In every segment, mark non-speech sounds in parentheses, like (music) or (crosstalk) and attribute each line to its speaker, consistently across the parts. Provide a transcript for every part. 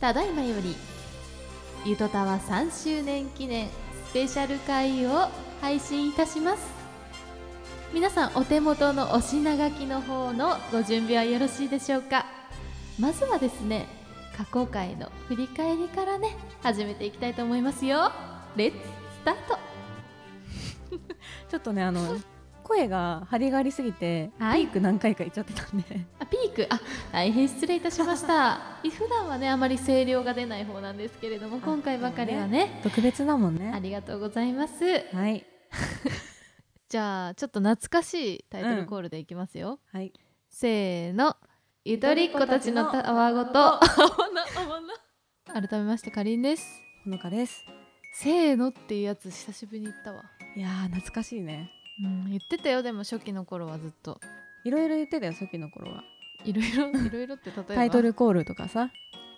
Speaker 1: ただいまよりゆとたわ3周年記念スペシャル回を配信いたします皆さんお手元のお品書きの方のご準備はよろしいでしょうかまずはですね過去回の振り返りからね始めていきたいと思いますよレッツスタート
Speaker 2: ちょっとねあの声が張りがありすぎて、
Speaker 1: はい
Speaker 2: ピーク何回か行っちゃってたん
Speaker 1: (laughs)
Speaker 2: で
Speaker 1: あピークあ大変失礼いたしま (laughs) したい普段はねあまり声量が出ない方なんですけれども今回ばかりはね
Speaker 2: 特別だもん
Speaker 1: あ
Speaker 2: ね
Speaker 1: りがとうございます
Speaker 2: (laughs) はい
Speaker 1: じゃあちょっと懐かしいタイトルコールでいきますよ、
Speaker 2: はい
Speaker 1: せーのゆとりっ子たちのたわごと改めましてかりんです
Speaker 2: ほのかです
Speaker 1: せーのっていうやつ久しぶりに言ったわ、
Speaker 2: いやー懐かしいね
Speaker 1: うん、言ってたよでも初期の頃はずっと
Speaker 2: いろいろ言ってたよ初期の頃はい
Speaker 1: ろい
Speaker 2: (laughs)
Speaker 1: ろいろいろって例えば
Speaker 2: タイトルコールとかさ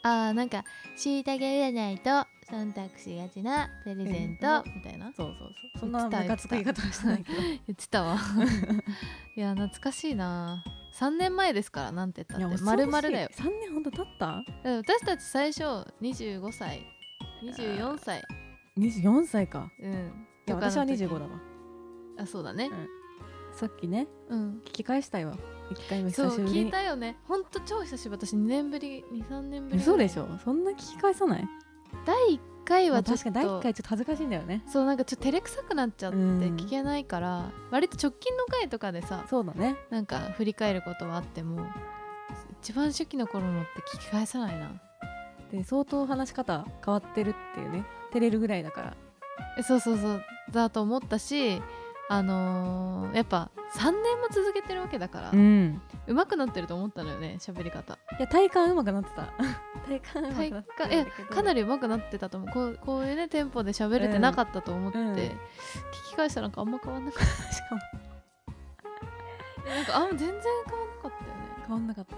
Speaker 1: あーなんか「しいたけ占いと忖度しがちなプレゼント」みたいな
Speaker 2: そうそうそうそんなム
Speaker 1: 言ってた
Speaker 2: カつく言い方はしてないけど
Speaker 1: 言ってたわ
Speaker 2: (laughs)
Speaker 1: いや懐かしいな3年前ですからなんて言ったっ
Speaker 2: 恐ろしてい
Speaker 1: 丸々だよ
Speaker 2: 三年ほんと経っ
Speaker 1: だか
Speaker 2: た
Speaker 1: ら私たち最初25歳24歳
Speaker 2: 24歳か
Speaker 1: うん
Speaker 2: いや私は25だわ
Speaker 1: あそうだね
Speaker 2: さっきね
Speaker 1: うん
Speaker 2: 聞き返したいわ1回目
Speaker 1: そう
Speaker 2: 久しぶり
Speaker 1: 聞い
Speaker 2: に
Speaker 1: たよねほんと超久しぶり私2年ぶり23年ぶり
Speaker 2: 嘘で
Speaker 1: ょ
Speaker 2: しょそんな聞き返さない
Speaker 1: 第1回
Speaker 2: ま
Speaker 1: は
Speaker 2: あ
Speaker 1: ちょっ
Speaker 2: 確
Speaker 1: と、
Speaker 2: かに第1回ちょっと恥ずかしいんだよね
Speaker 1: そうなんかちょっと照れくさくなっちゃって
Speaker 2: うん
Speaker 1: 聞けないから、割と直近の回とかでさ
Speaker 2: そうだね
Speaker 1: なんか振り返ることはあっても一番初期の頃のって聞き返さないな
Speaker 2: で相当話し方変わってるっていうね照れるぐらいだから
Speaker 1: えそうそうそうだと思ったしあのーやっぱ3年も続けてるわけだから、
Speaker 2: ん
Speaker 1: うまくなってると思ったのよね喋り方
Speaker 2: いや体感うまくなってた (laughs) 体感うまくなってた
Speaker 1: 体感かな
Speaker 2: り
Speaker 1: りうまくなってたと思うこうこういうねテンポで喋れてなかったと思って、
Speaker 2: うんうん
Speaker 1: 聞き返したらなんかあんま変わんなかっ
Speaker 2: しかも
Speaker 1: たなんかあんま全然変わんなかったよね
Speaker 2: 変わんなかった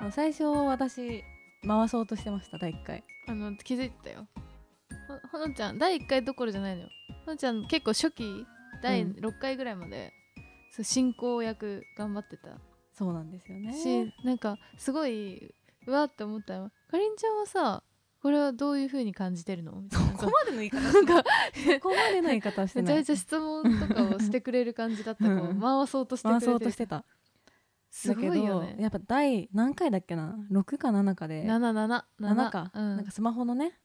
Speaker 2: あの最初私回そうとしてました第1回
Speaker 1: あの気づいてたよほほのちゃん第1回どころじゃないのよほのちゃん結構初期第
Speaker 2: うん
Speaker 1: 6回ぐらいまで、そう進行役頑張ってた
Speaker 2: そうなんですよね
Speaker 1: しなんかすごいうわって思ったよかりんちゃんはさこれはどういう風に感じてるのみ
Speaker 2: (laughs)
Speaker 1: たいな
Speaker 2: ここまでの言
Speaker 1: (laughs)
Speaker 2: い方
Speaker 1: なんか
Speaker 2: そこまでの言い方して
Speaker 1: めちゃ
Speaker 2: な
Speaker 1: め
Speaker 2: い
Speaker 1: ちゃ質問とかをしてくれる感じだったこ
Speaker 2: う
Speaker 1: うん回そうとしてくれ
Speaker 2: 回
Speaker 1: て
Speaker 2: そうとしてた
Speaker 1: すごいよ
Speaker 2: だけ
Speaker 1: ね
Speaker 2: どやっぱ第何回だっけな6か7かで
Speaker 1: 7777
Speaker 2: 7か、
Speaker 1: うん、
Speaker 2: なんかスマホのね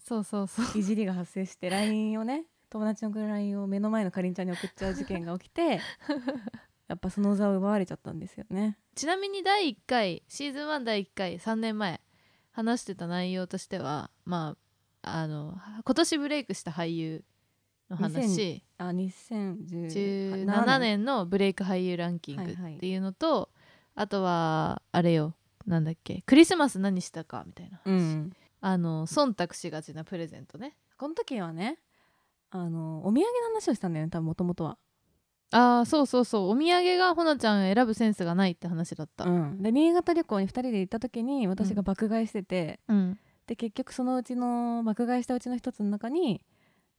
Speaker 1: そうそうそう
Speaker 2: いじりが発生して LINE をね友達の LINE を目の前のかりんちゃんに送っちゃう事件が起き
Speaker 1: (laughs)
Speaker 2: てやっぱその座を奪われちゃったんですよね
Speaker 1: ちなみに第1回シーズン1第1回3年前話してた内容としてはまああの今年ブレイクした俳優の話
Speaker 2: あ2017
Speaker 1: 17年のブレイク俳優ランキング
Speaker 2: はいはい
Speaker 1: っていうのと、あとはあれよなんだっけクリスマス何したかみたいな話、
Speaker 2: うん
Speaker 1: あの忖度しがちなプレゼントね
Speaker 2: この時はねあのお土産の話をしたんだよね多分もともとは、
Speaker 1: ああそうそうそうお土産がほなちゃん選ぶセンスがないって話だった、
Speaker 2: うんで新潟旅行に2人で行った時に私が爆買いしてて、
Speaker 1: うん、
Speaker 2: で結局そのうちの爆買いしたうちの一つの中に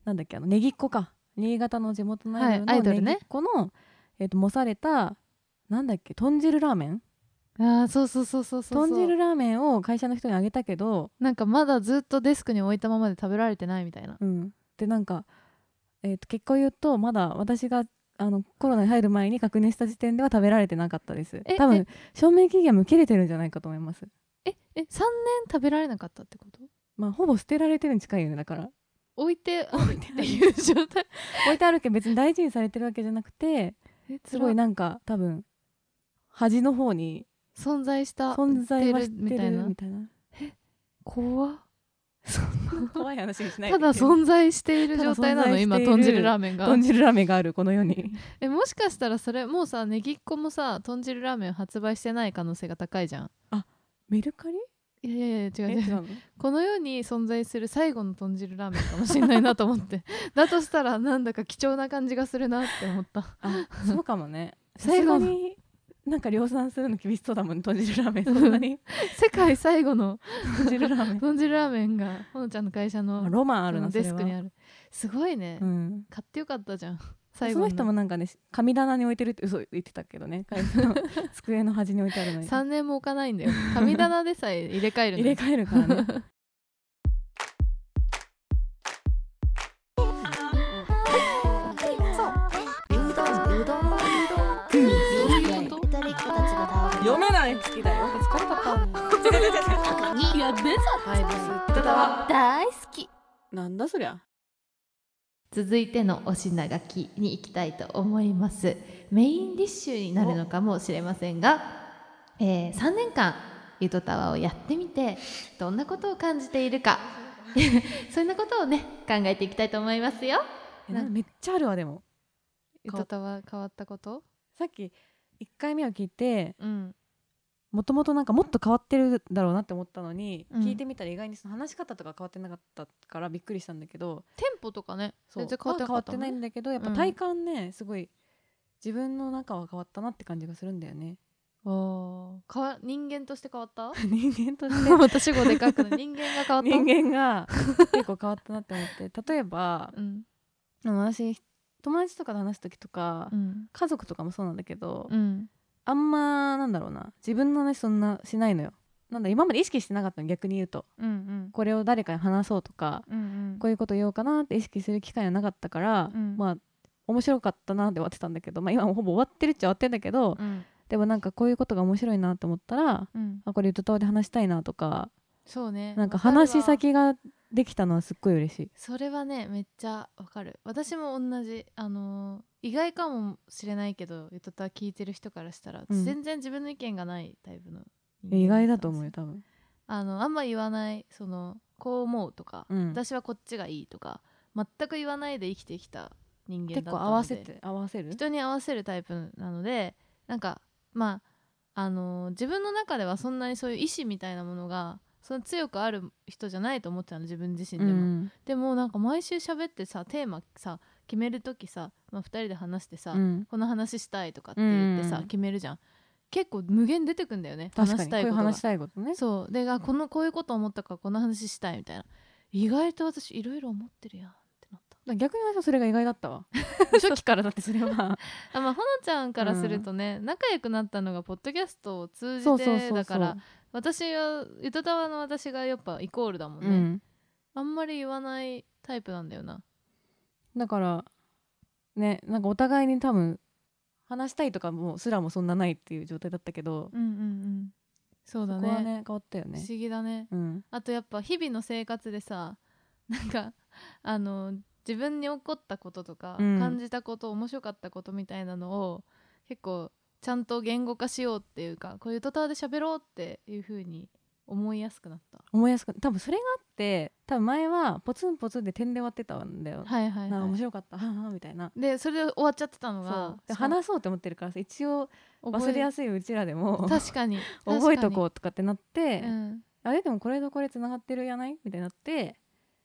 Speaker 2: なんだっけあのネギっ子か新潟の地元のアイドル
Speaker 1: はいアイ
Speaker 2: の
Speaker 1: ド
Speaker 2: ネ
Speaker 1: ルね
Speaker 2: ギっ子の、えー、と蒸されたなんだっけ豚汁ラーメン
Speaker 1: ああそうそうそうそうそうそう
Speaker 2: 豚汁ラーメンを会社の人にあげたけど、
Speaker 1: なんかまだずっとデスクに置いたままで食べられてないみたいな
Speaker 2: うん、でなんか、えー、と結果を言うとまだ私があのコロナに入る前に確認した時点では食べられてなかったです
Speaker 1: え
Speaker 2: 多分
Speaker 1: え
Speaker 2: 賞味期限も切れてるんじゃないかと思います
Speaker 1: ええ3年食べられなかったってこと
Speaker 2: まあほぼ捨てられてるに近いよねだから (laughs)
Speaker 1: 置いてあ
Speaker 2: 置
Speaker 1: る
Speaker 2: いて
Speaker 1: っ
Speaker 2: あ
Speaker 1: て
Speaker 2: る
Speaker 1: いう状
Speaker 2: (laughs)
Speaker 1: 態
Speaker 2: 置いてあるけど別に大事にされてるわけじゃなくて
Speaker 1: え
Speaker 2: すごいなんか多分端の方に
Speaker 1: 存在した
Speaker 2: 存在はして
Speaker 1: み
Speaker 2: るみ
Speaker 1: た
Speaker 2: た
Speaker 1: い
Speaker 2: い
Speaker 1: な
Speaker 2: な
Speaker 1: 怖っ
Speaker 2: 怖い話にしない
Speaker 1: ただ
Speaker 2: ん
Speaker 1: 存在している
Speaker 2: ただ
Speaker 1: 状態なの
Speaker 2: 存在している
Speaker 1: 今豚汁ラーメンが
Speaker 2: 豚汁ラーメンがあるこの世に
Speaker 1: えもしかしたらそれもうさネギっ子もさ豚汁ラーメン発売してない可能性が高いじゃん
Speaker 2: (laughs) メルカリ
Speaker 1: いやいやいや違
Speaker 2: え
Speaker 1: う違う
Speaker 2: 違うの
Speaker 1: この世に存在する最後の豚汁ラーメンかもしれないなと思って (laughs) だとしたらなんだか貴重な感じがするなって思った
Speaker 2: あそうかもね
Speaker 1: 最
Speaker 2: 最
Speaker 1: 後
Speaker 2: 後
Speaker 1: の
Speaker 2: になんか量産するの厳しそうだもんね豚汁ラーメンそんなに
Speaker 1: 世界最後の
Speaker 2: 豚汁ラーメン
Speaker 1: 豚汁ラーメンがほのちゃんの会社の
Speaker 2: あロマンある
Speaker 1: あの
Speaker 2: な
Speaker 1: デスクに
Speaker 2: ある、
Speaker 1: あるすごいね、
Speaker 2: うん、
Speaker 1: 買ってよかったじゃん最後
Speaker 2: その
Speaker 1: の
Speaker 2: 人もなんかね神棚に置いてるって嘘言ってたけどね会社の机の端に置いてあるのに
Speaker 1: 3年も置かないんだよ神棚でさえ入れ替えるの
Speaker 2: 入れ替えるからね
Speaker 3: 好きだよ。疲れたった。
Speaker 1: いやで
Speaker 3: ハイボス歌だわ。
Speaker 1: 大好き
Speaker 3: なんだそりゃ。
Speaker 1: 続いてのお品書きに行きたいと思いますメインディッシュになるのかもしれませんが、えー3年間ゆとたわをやってみてどんなことを感じているか (laughs) そんなことをね考えていきたいと思いますよ
Speaker 2: えなんかめっちゃあるわでも
Speaker 1: ゆとたわ変わったこと
Speaker 2: さっき1回目を聞いて
Speaker 1: うん
Speaker 2: もともとなんかもっと変わってるだろうなって思ったのに、
Speaker 1: うん
Speaker 2: 聞いてみたら意外にその話し方とか変わってなかったからびっくりしたんだけど
Speaker 1: テンポとかね
Speaker 2: そうは変わってないんだけどやっぱ
Speaker 1: うん
Speaker 2: 体感ね、すごい自分の中は変わったなって感じがするんだよ
Speaker 1: (laughs)
Speaker 2: ね
Speaker 1: 人間として変わった
Speaker 2: 人間とし
Speaker 1: (laughs)
Speaker 2: て
Speaker 1: 私語で書くの (laughs) 人間が変わった
Speaker 2: 人間が結構変わったなって思って例えば
Speaker 1: うん
Speaker 2: あの私友達とかと話す時とか、
Speaker 1: うん
Speaker 2: 家族とかもそうなんだけど、
Speaker 1: うん
Speaker 2: あんまなんだろうな自分の話そんなしないのよなんだ今まで意識してなかったの逆に言うと
Speaker 1: うんうん
Speaker 2: これを誰かに話そうとか、
Speaker 1: うん
Speaker 2: こういうこと言おうかなって意識する機会はなかったから、
Speaker 1: うん
Speaker 2: まあ面白かったなって終わってたんだけど、まあ、今もほぼ終わってるっちゃ終わってんだけど、
Speaker 1: うん
Speaker 2: でもなんかこういうことが面白いなって思ったら
Speaker 1: うん
Speaker 2: あこれゆとたわで話したいなとか
Speaker 1: そうね
Speaker 2: なんか
Speaker 1: わるわ
Speaker 2: 話し先ができたのはすっごい嬉しい。
Speaker 1: それはねめっちゃわかる私も同じあのー意外かもしれないけどゆとたわ聞いてる人からしたら、
Speaker 2: うん
Speaker 1: 全然自分の意見がないタイプの人間
Speaker 2: 意外だと思うよ
Speaker 1: ったんです
Speaker 2: 多分、
Speaker 1: あのあんま言わないそのこう思うとか、
Speaker 2: うん、
Speaker 1: 私はこっちがいいとか全く言わないで生きてきた人間だ
Speaker 2: 結
Speaker 1: ったので
Speaker 2: 構合わせて合わせる
Speaker 1: 人に合わせるタイプなのでなんかまああのー自分の中ではそんなにそういう意志みたいなものがその強くある人じゃないと思ってたの自分自身でも、
Speaker 2: うん
Speaker 1: でもなんか毎週喋ってさテーマさ決める時さ、まあ、2人で話してさ、
Speaker 2: うん
Speaker 1: この話したいとかって言ってさ、
Speaker 2: うん
Speaker 1: 決めるじゃん結構無限出てくんだよね
Speaker 2: 確
Speaker 1: 話
Speaker 2: か
Speaker 1: し
Speaker 2: にこ
Speaker 1: た
Speaker 2: う
Speaker 1: い
Speaker 2: い
Speaker 1: こ
Speaker 2: う
Speaker 1: とが
Speaker 2: 話したいことね
Speaker 1: そうであこのこういうこと思ったからこの話したいみたいな意外と私いろいろ思ってるやんってなっ
Speaker 2: だから逆に私はそれが意外だっ
Speaker 1: (laughs)
Speaker 2: たわ初期からだってそれは
Speaker 1: たあまあほのちゃんからするとね、仲良くなったのがポッドキャストを通じて
Speaker 2: そうそうそうそう
Speaker 1: だから私はゆとたわの私がやっぱイコールだもんね、
Speaker 2: うん
Speaker 1: あんまり言わないタイプなんだよな
Speaker 2: だからねなんかお互いに多分話したいとかもすらもそんなないっていう状態だったけど、
Speaker 1: うんうんうんそうだ
Speaker 2: そこはね変わったよ
Speaker 1: 不
Speaker 2: ね
Speaker 1: 思、議だね
Speaker 2: うん、
Speaker 1: あとやっぱ日々の生活でさなんかあの自分に起こったこととか、
Speaker 2: うん
Speaker 1: 感じたこと面白かったことみたいなのを結構ちゃんと言語化しようっていうかこういうトタワで喋ろうっていう風に思いやすくなった
Speaker 2: 思いやすく多分それがあって多分前はポツンポツンで点で終わってたんだよ、
Speaker 1: はいはい、
Speaker 2: なんか面
Speaker 1: は、
Speaker 2: 白かったはあはあみたいない
Speaker 1: でそれで終わっちゃってたの
Speaker 2: そ
Speaker 1: が
Speaker 2: うで話そうって思ってるからさ一応忘れや
Speaker 1: す
Speaker 2: すいうちらでも
Speaker 1: 確かに
Speaker 2: (laughs) 覚えとこ
Speaker 1: う
Speaker 2: うとかってなって、
Speaker 1: うん、
Speaker 2: あれでもこれとこれつながってるやないみたいにな
Speaker 1: (laughs)
Speaker 2: って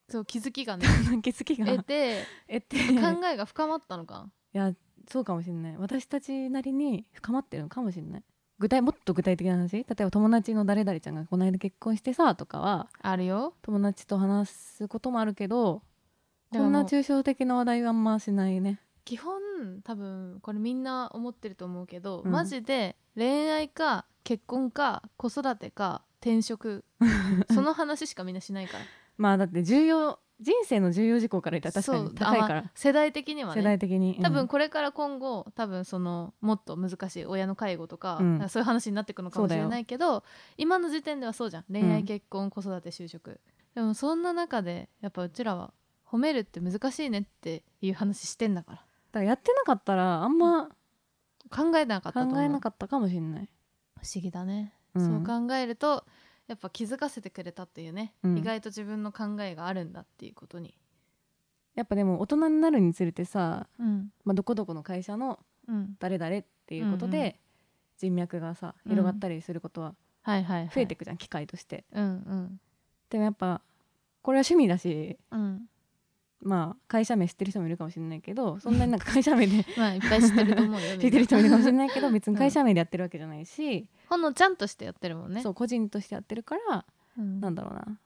Speaker 1: そう気づきが
Speaker 2: (laughs)
Speaker 1: ね
Speaker 2: なんか気づきが
Speaker 1: 得
Speaker 2: (laughs)
Speaker 1: て
Speaker 2: えって
Speaker 1: 考えが深まったのか
Speaker 2: いやそうかもしれない私たちなりに深まってるのかもしれない具体もっと具体的な話例えば友達の誰々ちゃんがこの間結婚してさとかは
Speaker 1: あるよ
Speaker 2: 友達と話すこともあるけど
Speaker 1: だか
Speaker 2: こ
Speaker 1: ら
Speaker 2: ん
Speaker 1: もう
Speaker 2: な抽象的な話題はあんましないね
Speaker 1: 基本多分これみんな思ってると思うけど、
Speaker 2: うん
Speaker 1: マジで恋愛か結婚か子育てか転
Speaker 2: (laughs)
Speaker 1: 職その話しかみんなしないから
Speaker 2: まあだって重要人生の重要事項から言ったら確か
Speaker 1: そう
Speaker 2: に高いか
Speaker 1: あ
Speaker 2: ら、
Speaker 1: まあ世代的には
Speaker 2: 世
Speaker 1: ね
Speaker 2: 代的に、うん
Speaker 1: 多分これから今後多分そのもっと難しい親の介護とか,、
Speaker 2: うん
Speaker 1: そういう話になってくのかもしれないけど今の時点ではそうじゃん恋
Speaker 2: う
Speaker 1: 愛
Speaker 2: ん
Speaker 1: 結婚子育て就職でもそんな中でやっぱうちらは褒めるって難しいねっていう話してんだから
Speaker 2: だからやってなかったらあんま
Speaker 1: 考えなかったと
Speaker 2: 考
Speaker 1: 思う
Speaker 2: えなかったかもしれない、
Speaker 1: 不思議だね、
Speaker 2: うん
Speaker 1: そう考えるとやっぱ気づかせてくれたっていうね、
Speaker 2: うん
Speaker 1: 意外と自分の考えがあるんだっていうことに
Speaker 2: やっぱでも大人になるにつれてさ、
Speaker 1: うん
Speaker 2: まあ、どこどこの会社の
Speaker 1: うん
Speaker 2: 誰々っていうこと
Speaker 1: うんうん
Speaker 2: で人脈がさ
Speaker 1: うん
Speaker 2: 広がったりすることは
Speaker 1: はいはい、はい、
Speaker 2: 増えていくじゃん、機会として
Speaker 1: うん
Speaker 2: でもやっぱこれは趣味だし
Speaker 1: うんうん
Speaker 2: まあ会社名知ってる人もいるかもしれないけどそんなになんか会
Speaker 1: (laughs)
Speaker 2: 社名で
Speaker 1: まあいっぱい知ってると思うよ
Speaker 2: (laughs) 知ってる人もいるかもしれないけど別
Speaker 1: うん
Speaker 2: に会社名でやってるわけじゃないし、
Speaker 1: ほのちゃんとしてやってるもんね
Speaker 2: そう個人としてやってるから
Speaker 1: うん、
Speaker 2: なんだろうな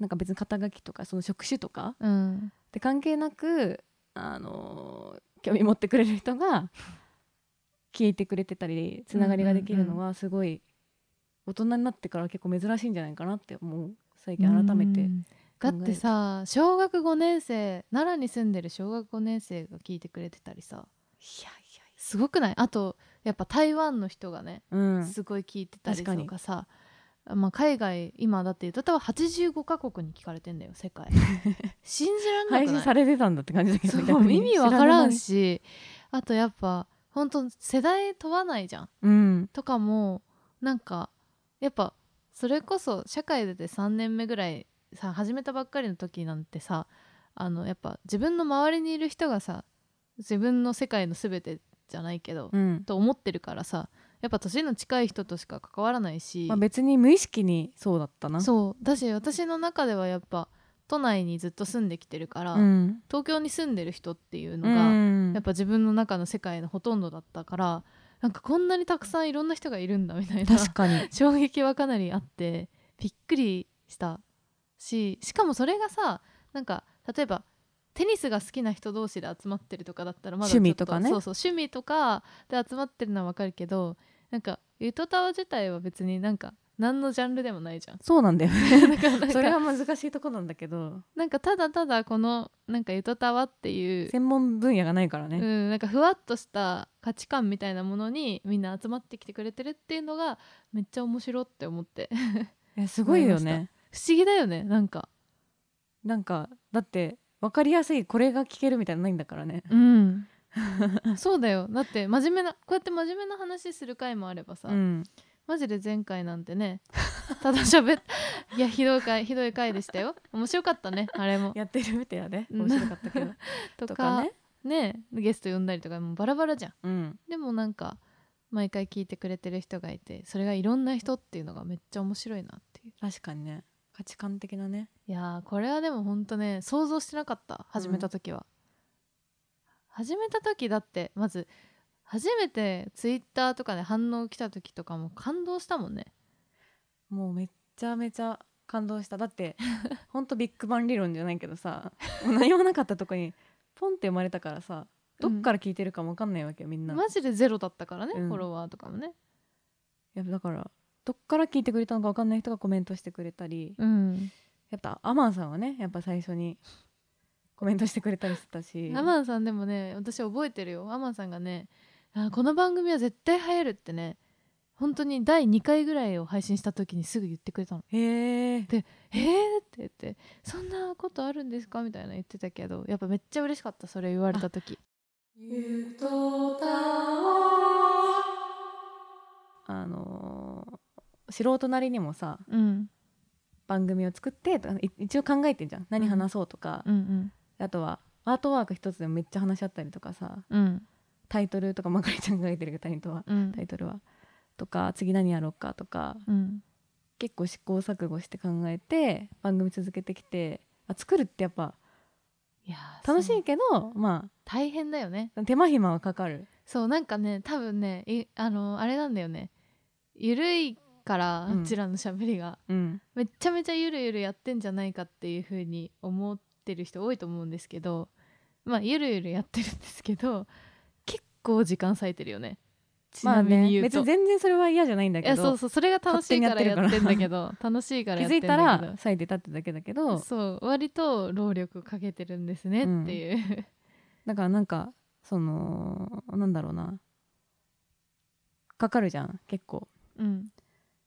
Speaker 2: なんか別に肩書きとかその職種とか
Speaker 1: うん
Speaker 2: で関係なくあのー興味持ってくれる人が聞いてくれてたりつながりができるのはすごい大人になってから結構珍しいんじゃないかなって思う最近改め
Speaker 1: う
Speaker 2: て
Speaker 1: んだってさ小学5年生奈良に住んでる小学5年生が聞いてくれてたりさ
Speaker 2: いやいや
Speaker 1: すごくないあとやっぱ台湾の人がね
Speaker 2: うん、
Speaker 1: すごい聞いてたり
Speaker 2: 確かに
Speaker 1: とかさ、まあ、海外今だってゆとたは85カ国に聞かれてんだよ世
Speaker 2: (laughs)
Speaker 1: 界信じらんな
Speaker 2: 配
Speaker 1: く
Speaker 2: 信
Speaker 1: ない
Speaker 2: されてたんだって感じだけど
Speaker 1: そう意味わからん
Speaker 2: し、
Speaker 1: しあとやっぱ本当世代問わないじゃん
Speaker 2: うん、
Speaker 1: とかもなんかやっぱそれこそ社会出て3年目ぐらいさ始めたばっかりの時なんてさあのやっぱ自分の周りにいる人がさ自分の世界の全てじゃないけど、
Speaker 2: うん
Speaker 1: と思ってるからさやっぱ年の近い人としか関わらないし、
Speaker 2: まあ、別に無意識にそうだったな
Speaker 1: そうだし私の中ではやっぱ都内にずっと住んできてるから、
Speaker 2: うん、
Speaker 1: 東京に住んでる人っていうの
Speaker 2: う
Speaker 1: が、
Speaker 2: ん
Speaker 1: やっぱ自分の中の世界のほとんどだったからなんかこんなにたくさんいろんな人がいるんだみたいな
Speaker 2: 確かに
Speaker 1: 衝撃はかなりあってびっくりしたししかもそれがさなんか例えばテニスが好きな人同士で集まってるとかだったらまだちょっ
Speaker 2: 趣味とかね
Speaker 1: そうそう趣味とかで集まってるのはわかるけどなんかゆとたわ自体は別になんか何のジャンルでもない
Speaker 2: (laughs)
Speaker 1: じゃん
Speaker 2: そうなんだよ
Speaker 1: だから (laughs) なん
Speaker 2: それ
Speaker 1: か
Speaker 2: は難しいとこなんだけど
Speaker 1: なんかただただこのなんかゆとたわっていう、
Speaker 2: 専門分野がないから
Speaker 1: う
Speaker 2: ね、
Speaker 1: ん、なんかふわっとした価値観みたいなものにみんな集まってきてくれてるっていうのがめっちゃ面白って思って (laughs)
Speaker 2: いやすごいよ
Speaker 1: 思いま
Speaker 2: ね
Speaker 1: 不思議だよねなんか
Speaker 2: なんかだって分かりやすいこれが聞けるみたいなのないんだからね
Speaker 1: うんそうだよだって真面目なこうやって真面目な話する回もあればさ、
Speaker 2: うん
Speaker 1: マジで前回なんてねただ喋っ (laughs) いやひどい回ひどい回でしたよ面白かったねあれも
Speaker 2: やってるみたいなね
Speaker 1: うん
Speaker 2: 面白かったけど
Speaker 1: とか
Speaker 2: (laughs) とか
Speaker 1: ね
Speaker 2: ね
Speaker 1: ゲスト呼んだりとかもうバラバラじゃん
Speaker 2: うん
Speaker 1: でもなんか毎回聞いてくれてる人がいてそれがいろんな人っていうのがめっちゃ面白いなっていう
Speaker 2: 確かにね価値観的なね
Speaker 1: いやーこれはでもほんとね想像してなかった始めた時は、始めた時だってまず初めてツイッターとかで反応来た時とかも感動したもんね
Speaker 2: もうめっちゃめちゃ感動しただって (laughs) ほんとビッグバン理論じゃないけどさもう何もなかったとこにポンって生まれたからさどっから聞いてるかも分かんないわけよみんな、い
Speaker 1: マジでゼロだったからね、
Speaker 2: うん
Speaker 1: フォロワーとかもね
Speaker 2: やだからどっから聞いてくれたのか分かんない人がコメントしてくれたり、
Speaker 1: うん、
Speaker 2: やっぱアマンさんはねやっぱ最初にコメントしてくれたりしてたし
Speaker 1: アマンさんでもね私覚えてるよアマンさんがねあーこの番組は絶対流行るってね本当に第2回ぐらいを配信した時にすぐ言ってくれたの
Speaker 2: へえ
Speaker 1: 「えー!」って言って「そんなことあるんですか?」みたいな言ってたけどやっぱめっちゃ嬉しかったそれ言われた時
Speaker 3: ゆとたわ
Speaker 2: あのー素人なりにもさ
Speaker 1: うん
Speaker 2: 番組を作ってとかい一応考えてんじゃん何話そうとか、
Speaker 1: うん
Speaker 2: あとはアートワーク一つでもめっちゃ話し合ったりとかさ
Speaker 1: うんうん
Speaker 2: タイトルとかまかりちゃんが書いてるけどタイトルは
Speaker 1: うん
Speaker 2: タイトルはとか次何やろうかとか
Speaker 1: うん
Speaker 2: 結構試行錯誤して考えて番組続けてきてあ作るってやっぱ
Speaker 1: いやー
Speaker 2: 楽し
Speaker 1: そう
Speaker 2: いけどま
Speaker 1: 大変だよね
Speaker 2: あ手間暇はかかる
Speaker 1: そうなんかね多分ねいあのあれなんだよねゆるいから
Speaker 2: うん
Speaker 1: うちらのしゃべりが、
Speaker 2: うん
Speaker 1: めっちゃめちゃゆるゆるやってんじゃないかっていう風に思ってる人多いと思うんですけどまあゆるゆるやってるんですけど結構時間割いてるよねち
Speaker 2: ま
Speaker 1: な
Speaker 2: あ
Speaker 1: みに
Speaker 2: ね
Speaker 1: 言う
Speaker 2: 別
Speaker 1: と、
Speaker 2: に全然それは嫌じゃないんだ
Speaker 1: い
Speaker 2: け
Speaker 1: や
Speaker 2: ど
Speaker 1: そうそうそれが楽しいからやっ
Speaker 2: 勝手
Speaker 1: てん
Speaker 2: にや
Speaker 1: だ
Speaker 2: って
Speaker 1: け
Speaker 2: る
Speaker 1: ど楽しいから
Speaker 2: 気
Speaker 1: やっ
Speaker 2: づ
Speaker 1: てん
Speaker 2: い
Speaker 1: だけ
Speaker 2: た
Speaker 1: ど
Speaker 2: ら割いてたってだけだけど
Speaker 1: そう割と労力かけてるんですねっていう、
Speaker 2: だからなんかそのなんだろうなかかるじゃん結構
Speaker 1: うん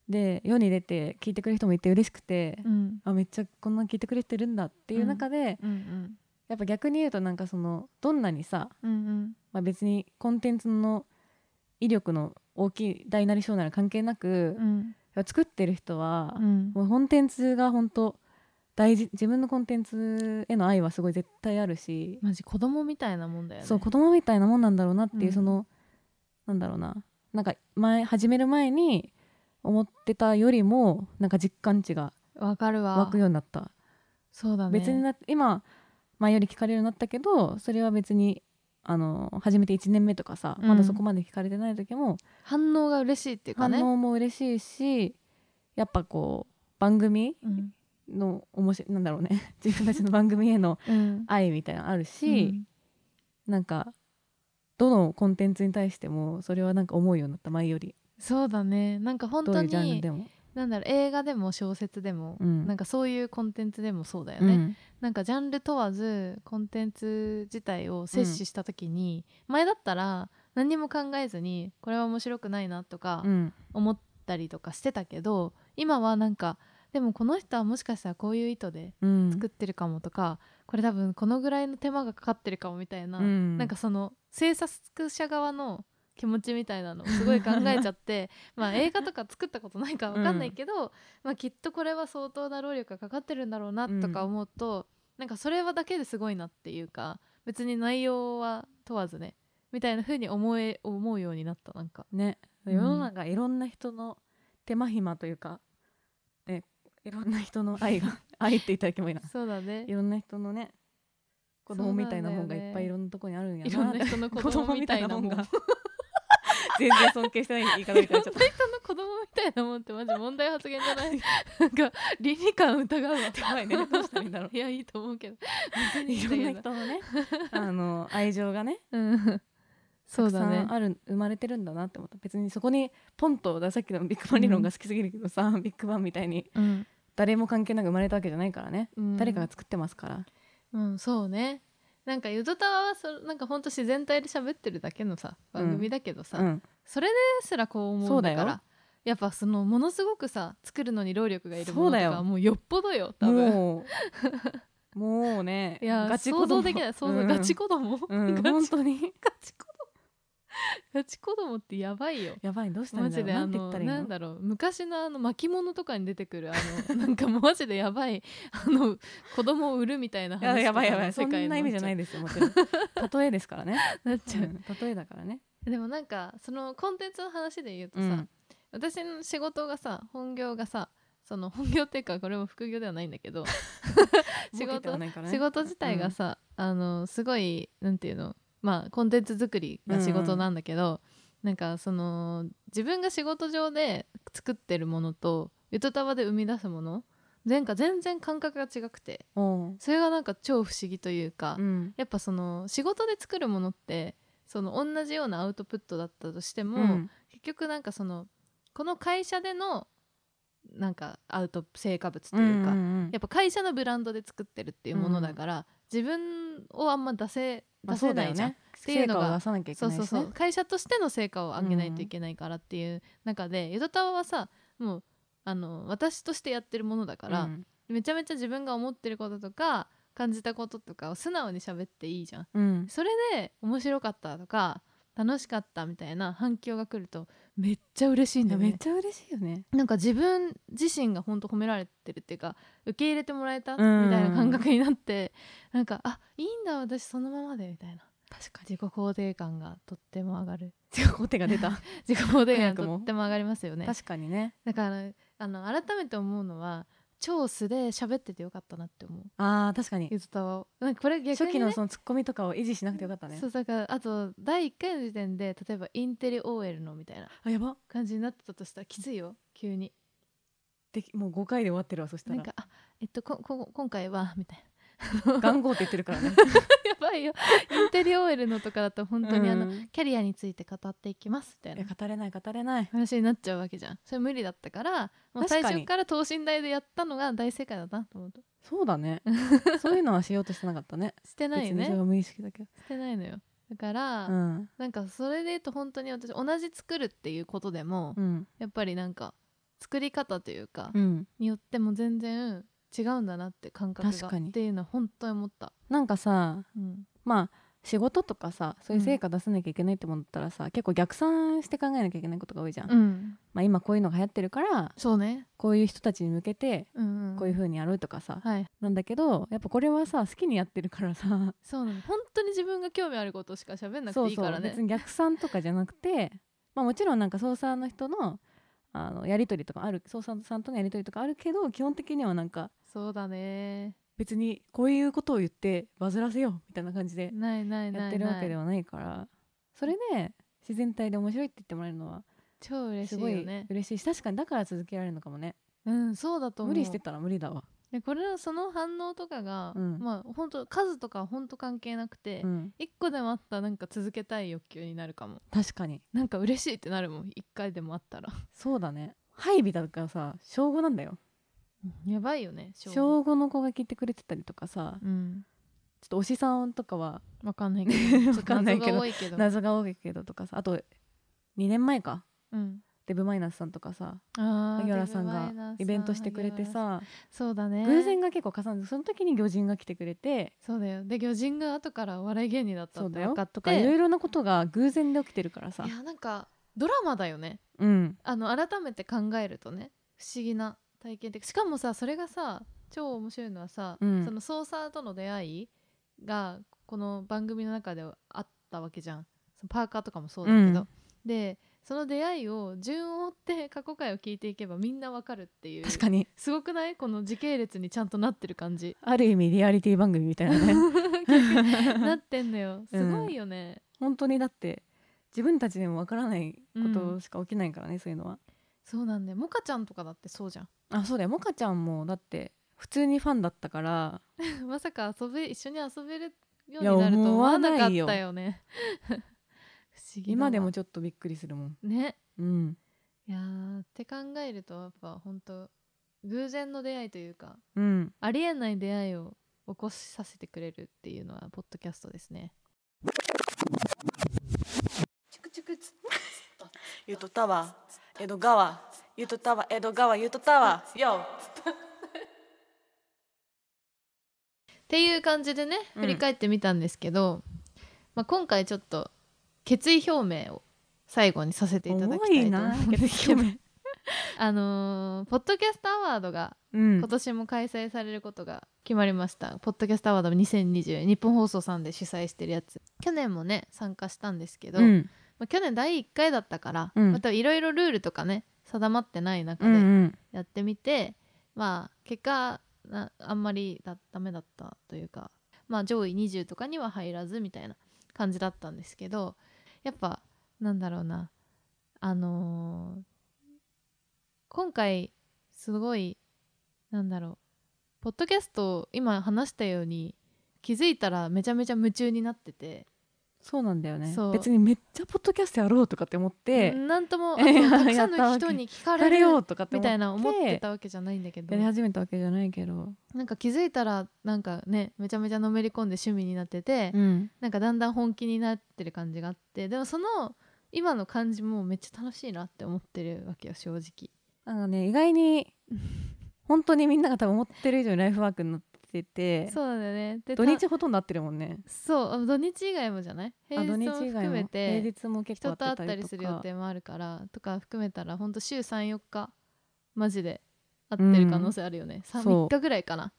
Speaker 2: で世に出て聞いてくれる人もいて嬉しくて、
Speaker 1: うん
Speaker 2: あめっちゃこんな聞いてくれてるんだっていう中で、
Speaker 1: うんうん
Speaker 2: やっぱ逆に言うとなんかそのどんなにさ、
Speaker 1: うん
Speaker 2: まあ、別にコンテンツの威力の大きい大なり小なり関係なく、
Speaker 1: うんうん
Speaker 2: 作ってる人は、
Speaker 1: うん
Speaker 2: もうコンテンツが本当大事自分のコンテンツへの愛はすごい絶対あるし、
Speaker 1: マジ子供みたいなもんだよね
Speaker 2: そう子供みたいなもんなんだろうなってい
Speaker 1: う
Speaker 2: う、
Speaker 1: ん
Speaker 2: そのなんだろうななんか前始める前に思ってたよりもなんか実感値が
Speaker 1: わかるわ
Speaker 2: 湧くようになった
Speaker 1: そうだね
Speaker 2: 別にな今前より聞かれるようになったけどそれは別にあの初めて1年目とかさ、
Speaker 1: うん
Speaker 2: まだそこまで聞かれてない時も
Speaker 1: 反応が嬉しいっていうか
Speaker 2: 反
Speaker 1: ね
Speaker 2: 応も嬉しいしやっぱこう番組
Speaker 1: うん
Speaker 2: の面白いなんだろうね (laughs) 自分たちの番組への
Speaker 1: うん
Speaker 2: 愛みたいなのあるし、なんかどのコンテンツに対してもそれはなんか思うようになった前より
Speaker 1: そうだねなんか本
Speaker 2: ど
Speaker 1: 当
Speaker 2: ういうジャンル
Speaker 1: に
Speaker 2: でも。
Speaker 1: なんだろう映画でも小説でも、
Speaker 2: うん
Speaker 1: なんかそういうコンテンツでもそうだよ
Speaker 2: う
Speaker 1: ね、
Speaker 2: ん
Speaker 1: なんかジャンル問わずコンテンツ自体を摂取した時に、前だったら何にも考えずにこれは面白くないなとか
Speaker 2: うん
Speaker 1: 思ったりとかしてたけど、今はなんかでもこの人はもしかしたらこういう意図で
Speaker 2: うん
Speaker 1: 作ってるかもとか、これ多分このぐらいの手間がかかってるかもみたいな、
Speaker 2: うん
Speaker 1: なんかその制作者側の気持ちみたいなのをすごい考えちゃってまあ映画とか作ったことないから分かんないけど、まあ、きっとこれは相当な労力がかかってるんだろうなとか思うと、なんかそれはだけですごいなっていうか別に内容は問わずねみたいな風に思え思うようになったなんか。
Speaker 2: ね
Speaker 1: うん
Speaker 2: 世の中いろんな人の手間暇というか、ね、いろんな人の
Speaker 1: (laughs)
Speaker 2: 愛が愛って言ったらきもいいな
Speaker 1: そうだね
Speaker 2: いろんな人のね子供みたいなもんがいっぱいいろんなとこにあるんや
Speaker 1: いろん
Speaker 2: な
Speaker 1: な人の子供みたいなもんが
Speaker 2: 子供みたいなもんが全然尊敬してない言い方みたいになっちゃっ
Speaker 1: (laughs) そんな子供みたいなもんってマジ問題発言じゃない
Speaker 2: (laughs)
Speaker 1: なんか倫理観疑うわ
Speaker 2: たやばいねどうしたらいいんだろう
Speaker 1: (laughs) いやいいと思う
Speaker 2: (laughs)
Speaker 1: けど別に
Speaker 2: いろんな
Speaker 1: だけど
Speaker 2: 人のねあの愛情がね
Speaker 1: うんそ
Speaker 2: た
Speaker 1: う
Speaker 2: くさ
Speaker 1: だね
Speaker 2: んある生まれてるんだなって思った別にそこにポンとださっきのビッグバン理論が好きすぎるけどさ、ビッグバンみたいに
Speaker 1: うん
Speaker 2: 誰も関係なく生まれたわけじゃないからね、
Speaker 1: うん
Speaker 2: 誰かが作ってますから
Speaker 1: うんそうねなんかゆとたわはそなんかほんと自然体で喋ってるだけのさ
Speaker 2: うん
Speaker 1: 番組だけどさ、
Speaker 2: うん
Speaker 1: それですらこう思うんだか
Speaker 2: そうだ
Speaker 1: ら
Speaker 2: よ
Speaker 1: やっぱそのものすごくさ作るのに労力がいるもの
Speaker 2: そ
Speaker 1: と
Speaker 2: うだ
Speaker 1: か
Speaker 2: よ
Speaker 1: はもうよっぽどよ多分
Speaker 2: も
Speaker 1: (laughs)
Speaker 2: うもうね
Speaker 1: いや
Speaker 2: ガチ子
Speaker 1: 想
Speaker 2: 供
Speaker 1: 像できない想像、
Speaker 2: うん
Speaker 1: ガチ子供、
Speaker 2: う
Speaker 1: (laughs)
Speaker 2: ん
Speaker 1: ガチ
Speaker 2: 本当に
Speaker 1: ガチ子供ガチ子供ってやばいよ
Speaker 2: やばいどうしたらい
Speaker 1: マ
Speaker 2: いんだ
Speaker 1: ジ
Speaker 2: ろう
Speaker 1: であ
Speaker 2: なんて言
Speaker 1: の
Speaker 2: ったらいいの
Speaker 1: なんだろう昔のあの巻物とかに出てくるあの (laughs) なんかマジでやばいあの子供を売るみたいない
Speaker 2: や
Speaker 1: 話
Speaker 2: やばいやばいそ
Speaker 1: 世
Speaker 2: ん
Speaker 1: 界
Speaker 2: な意味じゃないいですよも
Speaker 1: (laughs)
Speaker 2: ちろん例えですからね、
Speaker 1: なっち
Speaker 2: う
Speaker 1: ゃう、
Speaker 2: ん例えだからね
Speaker 1: でもなんかそのコンテンツの話で言うと
Speaker 2: う
Speaker 1: さ、
Speaker 2: ん
Speaker 1: 私の仕事がさ本業がさその本業っていうかこれも副業ではないんだけ
Speaker 2: (laughs)
Speaker 1: ど仕
Speaker 2: 儲けては
Speaker 1: 事、
Speaker 2: ないからね
Speaker 1: 仕事自体がさ、あのすごいなんていうのまあコンテンツ作りが仕事なんだけど、なんかその自分が仕事上で作ってるものとゆとたわで生み出すもの前回全然感覚が違くて
Speaker 2: うん
Speaker 1: それがなんか超不思議というか、
Speaker 2: うん
Speaker 1: やっぱその仕事で作るものってその同じようなアウトプットだったとしても、
Speaker 2: うん
Speaker 1: 結局なんかそのこの会社でのなんかアウト成果物というか、
Speaker 2: んんん
Speaker 1: やっぱ会社のブランドで作ってるっていうものだから、自分をあんま出せ
Speaker 2: まあ
Speaker 1: 出せないじゃん、ていうのが
Speaker 2: 成果を出さなきゃいけ
Speaker 1: そう
Speaker 2: ないし、
Speaker 1: そ
Speaker 2: ね、
Speaker 1: うそう会社としての成果を上げないといけないからっていう中で、ゆとたわはさもうあの私としてやってるものだから、
Speaker 2: うん
Speaker 1: めちゃめちゃ自分が思ってることとか感じたこととかを素直に喋っていいじゃん
Speaker 2: うん
Speaker 1: それで面白かったとか楽しかったみたいな反響が来るとめっちゃ嬉しいん
Speaker 2: い
Speaker 1: だ
Speaker 2: や
Speaker 1: よ
Speaker 2: め
Speaker 1: ね
Speaker 2: っちゃ嬉しいよ
Speaker 1: (laughs)
Speaker 2: ね
Speaker 1: なんか自分自身が本当褒められてるっていうか受け入れてもらえたみ
Speaker 2: うん
Speaker 1: たいな感覚になってなんかあいいんだ私そのままでみたいな確か自己肯定感がとっても上がる
Speaker 2: 自己肯定が出た
Speaker 1: 自己肯定
Speaker 2: 早
Speaker 1: 感
Speaker 2: く
Speaker 1: がと
Speaker 2: も
Speaker 1: っても上がりますよね
Speaker 2: 確かにね
Speaker 1: だからあの改めて思うのは超素で喋っててよかったなって思う
Speaker 2: あー確かに
Speaker 1: ゆずたわをなんかこれ逆に、ね、
Speaker 2: 初期のそのツッコミとかを維持しなくてよかったね
Speaker 1: そうだからあと第1回の時点で例えばインテリ OL のみたいな
Speaker 2: あやば
Speaker 1: 感じになってたとしたらきついよ急に
Speaker 2: できもう5回で終わってるわそした
Speaker 1: なん
Speaker 2: ら
Speaker 1: かあえっとここ今回はみたいな
Speaker 2: 願望って言ってるからね
Speaker 1: やばいよインテリ OL のとかだと (laughs) 本当にあの、
Speaker 2: うんい
Speaker 1: キャリアについて語っていきますみたい
Speaker 2: や
Speaker 1: な
Speaker 2: 語れない語れない
Speaker 1: 話になっちゃうわけじゃんそれ無理だったからもう最
Speaker 2: 確かに
Speaker 1: 初から等身大でやったのが大正解だなと思うと
Speaker 2: そうだね (laughs) そういうのはしようとしてなかったね
Speaker 1: して (laughs) ないよ
Speaker 2: 別にそれ
Speaker 1: ね
Speaker 2: が無意識だけど
Speaker 1: してないのよだから、
Speaker 2: うん
Speaker 1: なんかそれで言うと本当に私同じ作るっていうことでも、
Speaker 2: うん
Speaker 1: やっぱりなんか作り方というか、
Speaker 2: うん
Speaker 1: によっても全然違うんだなって感覚が
Speaker 2: 確かに
Speaker 1: っていうのは本当に思った、
Speaker 2: なんかさ
Speaker 1: うん、
Speaker 2: まあ仕事とかさそういう成果出さなきゃいけないって思ったらさ、結構逆算して考えなきゃいけないことが多いじゃん、
Speaker 1: うん
Speaker 2: まあ、今こういうのが流行ってるから
Speaker 1: そうね、
Speaker 2: こういう人たちに向けて
Speaker 1: うんうん、
Speaker 2: こういう風にやろうとかさ、
Speaker 1: はい
Speaker 2: なんだけどやっぱこれはさ好きにやってるか
Speaker 1: (laughs)
Speaker 2: らさ
Speaker 1: そうなの本当に自分が興味あることしか喋んなくていいからね
Speaker 2: 別に逆算とかじゃなく
Speaker 1: (laughs)
Speaker 2: てまあもちろんなんか操作の人のあのやり取りとかある操作さんとのやり取りとかあるけど基本的にはなんか
Speaker 1: そうだね
Speaker 2: 別にこういうことを言ってバズらせようみたいな感じで
Speaker 1: ないない
Speaker 2: や
Speaker 1: ないな
Speaker 2: っ
Speaker 1: い
Speaker 2: てるわけではないからそれで自然体で面白いって言ってもらえるのは
Speaker 1: 超嬉し
Speaker 2: す
Speaker 1: い
Speaker 2: ご
Speaker 1: よ
Speaker 2: い
Speaker 1: ね
Speaker 2: 嬉しいし確かにだから続けられるのかもね
Speaker 1: うんそうだと思う
Speaker 2: 無理してたら無理だわ、
Speaker 1: でこれはその反応とかが、
Speaker 2: うん
Speaker 1: まあ本当数とかは本当関係なくて、
Speaker 2: うん、
Speaker 1: 一個でもあったらなんか続けたい欲求になるかも
Speaker 2: 確かに
Speaker 1: なんか嬉しいってなるもん一回でもあったら
Speaker 2: そうだね配備だからさ小5なんだよ
Speaker 1: やばいよね
Speaker 2: 小5の子が聞いてくれてたりとかさ
Speaker 1: うん
Speaker 2: ちょっと推しさんとかは
Speaker 1: わかんないけど
Speaker 2: (laughs) わかんないけ
Speaker 1: 謎が
Speaker 2: ど
Speaker 1: 多いけど、
Speaker 2: 謎が多いけどとかさあと2年前か
Speaker 1: うん、
Speaker 2: デブマイナスさんとかさ
Speaker 1: あー
Speaker 2: 萩原さん
Speaker 1: デブマイナ
Speaker 2: が
Speaker 1: ス
Speaker 2: イベントしてくれてさ
Speaker 1: そうだね
Speaker 2: 偶然が結構重なってその時に魚人が来てくれて
Speaker 1: そうだよで魚人が後からお笑い芸人だった
Speaker 2: そ
Speaker 1: っ
Speaker 2: う
Speaker 1: て
Speaker 2: だ
Speaker 1: 分
Speaker 2: よ
Speaker 1: かって
Speaker 2: とかいろいろなことが偶然で起きてるからさ
Speaker 1: いやなんかドラマだよね
Speaker 2: うん
Speaker 1: あの改めて考えるとね不思議な体験的しかもさそれがさ超面白いのはさ、
Speaker 2: うん
Speaker 1: そのソーサーとの出会いがこの番組の中ではあったわけじゃんそのパーカーとかもそうだけど、
Speaker 2: うん
Speaker 1: でその出会いを順を追って過去回を聞いていけばみんなわかるっていう
Speaker 2: 確かに
Speaker 1: すごくないこの時系列にちゃんとなってる感
Speaker 2: (laughs)
Speaker 1: じ (laughs)
Speaker 2: ある意味リアリティ番組みたいなね
Speaker 1: なってんのよ
Speaker 2: うん
Speaker 1: すごいよね、
Speaker 2: 本当にだって自分たちでもわからないことしか起きないからね、そういうのは
Speaker 1: そうなんだよモカちゃんとかだってそうじゃん (laughs)
Speaker 2: あそうだよモカちゃんもだって普通にファンだったから
Speaker 1: まさか遊べ一緒に遊べるようになると思わなかった
Speaker 2: いや思わない
Speaker 1: よね (laughs) 不思議だわ
Speaker 2: 今でもちょっとびっくりするもん
Speaker 1: ね
Speaker 2: うん
Speaker 1: いやーって考えるとやっぱ本当偶然の出会いというか
Speaker 2: うん
Speaker 1: ありえない出会いを起こさせてくれるっていうのはポッドキャストですね
Speaker 4: ゆとたわ江戸川ゆとたわ江戸川ゆとたわよ
Speaker 1: っていう感じでね
Speaker 2: うん
Speaker 1: 振り返ってみたんですけど、まあ、今回ちょっと決意表明を最後にさせていただきたいと思うんですけど (laughs) あのーポッドキャストアワードが
Speaker 2: (laughs) うん
Speaker 1: 今年も開催されることが決まりました、ポッドキャストアワード2020日本放送さんで主催してるやつ去年もね参加したんですけど、
Speaker 2: うん
Speaker 1: まあ、去年第1回だったから、
Speaker 2: うん
Speaker 1: またいろいろルールとかね定まってない中
Speaker 2: う
Speaker 1: で
Speaker 2: ん
Speaker 1: やってみて、まあ結果なあんまりだダメだったというかまあ上位20とかには入らずみたいな感じだったんですけどやっぱなんだろうなあのー今回すごいなんだろうポッドキャスト今話したように気づいたらめちゃめちゃ夢中になってて、
Speaker 2: そうなんだよね
Speaker 1: そう
Speaker 2: 別にめっちゃポッドキャストやろうとかって思って
Speaker 1: なんともあ
Speaker 2: い (laughs) や
Speaker 1: のたくさん
Speaker 2: やった
Speaker 1: の
Speaker 2: わけ
Speaker 1: 人に聞か
Speaker 2: や
Speaker 1: れ
Speaker 2: れ
Speaker 1: る
Speaker 2: ようとかって
Speaker 1: みたいな思って
Speaker 2: や
Speaker 1: たわけじゃないんだけど
Speaker 2: り始めたわけじゃないけど
Speaker 1: なんか気づいたらなんかねめちゃめちゃのめり込んで趣味になってて、
Speaker 2: うん
Speaker 1: なんかだんだん本気になってる感じがあってでもその今の感じもめっちゃ楽しいなって思ってるわけよ正直
Speaker 2: あのね意外に本当にみんなが多分思ってる以上にライフワークになってて
Speaker 1: そうなんだよねで
Speaker 2: 土
Speaker 1: た
Speaker 2: 日ほとんど合ってるもんね
Speaker 1: そうあ土日以外もじゃない平
Speaker 2: あ
Speaker 1: 日
Speaker 2: 土日
Speaker 1: も
Speaker 2: 以
Speaker 1: 含
Speaker 2: 外
Speaker 1: め
Speaker 2: も
Speaker 1: て
Speaker 2: 平日も結構
Speaker 1: 人と
Speaker 2: 合
Speaker 1: 会っ
Speaker 2: って
Speaker 1: た
Speaker 2: たり
Speaker 1: り
Speaker 2: と
Speaker 1: する予
Speaker 2: か
Speaker 1: 定もあるからとか含めたらほんと週34日マジで会ってる可能性あるよね、三
Speaker 2: そう
Speaker 1: 3日ぐらいかな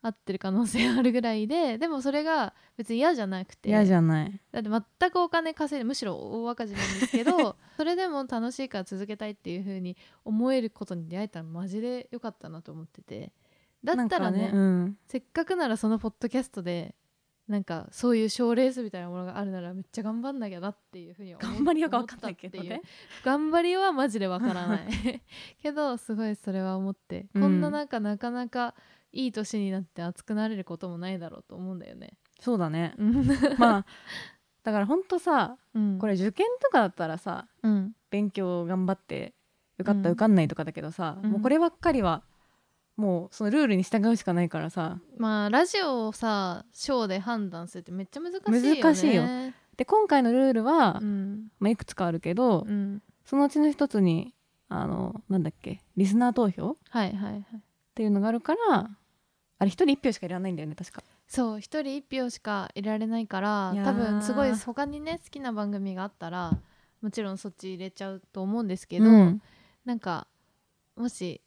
Speaker 1: 会ってる可能性あるぐらいででもそれが別に嫌じゃなくて
Speaker 2: 嫌じゃない
Speaker 1: だって全くお金稼いでむしろ大赤字なんですけ
Speaker 2: (laughs)
Speaker 1: どそれでも楽しいから続けたいっていう風に思えることに出会えたらマジで良かったなと思っててだったらね
Speaker 2: なんかうん
Speaker 1: せっかくならそのポッドキャストでなんかそういう賞ーレースみたいなものがあるならめっちゃ頑張んなきゃなっていう風に思
Speaker 2: 頑張りよくわかんないけど
Speaker 1: 思ったっ
Speaker 2: ね
Speaker 1: ていう頑張りはマジでわから
Speaker 2: (laughs)
Speaker 1: ない (laughs) けどすごいそれは思って、
Speaker 2: うん
Speaker 1: こんななんかなかなかいい年になって熱くなれることもないだろうと思うんだよね。
Speaker 2: そう
Speaker 1: (laughs)
Speaker 2: だね
Speaker 1: うん
Speaker 2: まあだから本当さこ、れ受験とかだったらさ
Speaker 1: うん
Speaker 2: 勉強頑張って受かっ
Speaker 1: うん
Speaker 2: た受かんないとかだけどさ、
Speaker 1: うん
Speaker 2: もうこればっかりはもうそのルールに従うしかないからさ
Speaker 1: まあラジオをさショーで判断するってめっちゃ難しいよね
Speaker 2: 難しいよで今回のルールは、
Speaker 1: うん
Speaker 2: まあ、いくつかあるけど、
Speaker 1: うん
Speaker 2: そのうちの一つにあのなんだっけリスナー投票っ
Speaker 1: はいはいはい
Speaker 2: ていうのがあるからあれ一人一票しかいらないんだよね確か
Speaker 1: そう一人一票しかいられないから
Speaker 2: いやー
Speaker 1: 多分すごい他にね好きな番組があったらもちろんそっち入れちゃうと思うんですけど、
Speaker 2: うん
Speaker 1: なんかもし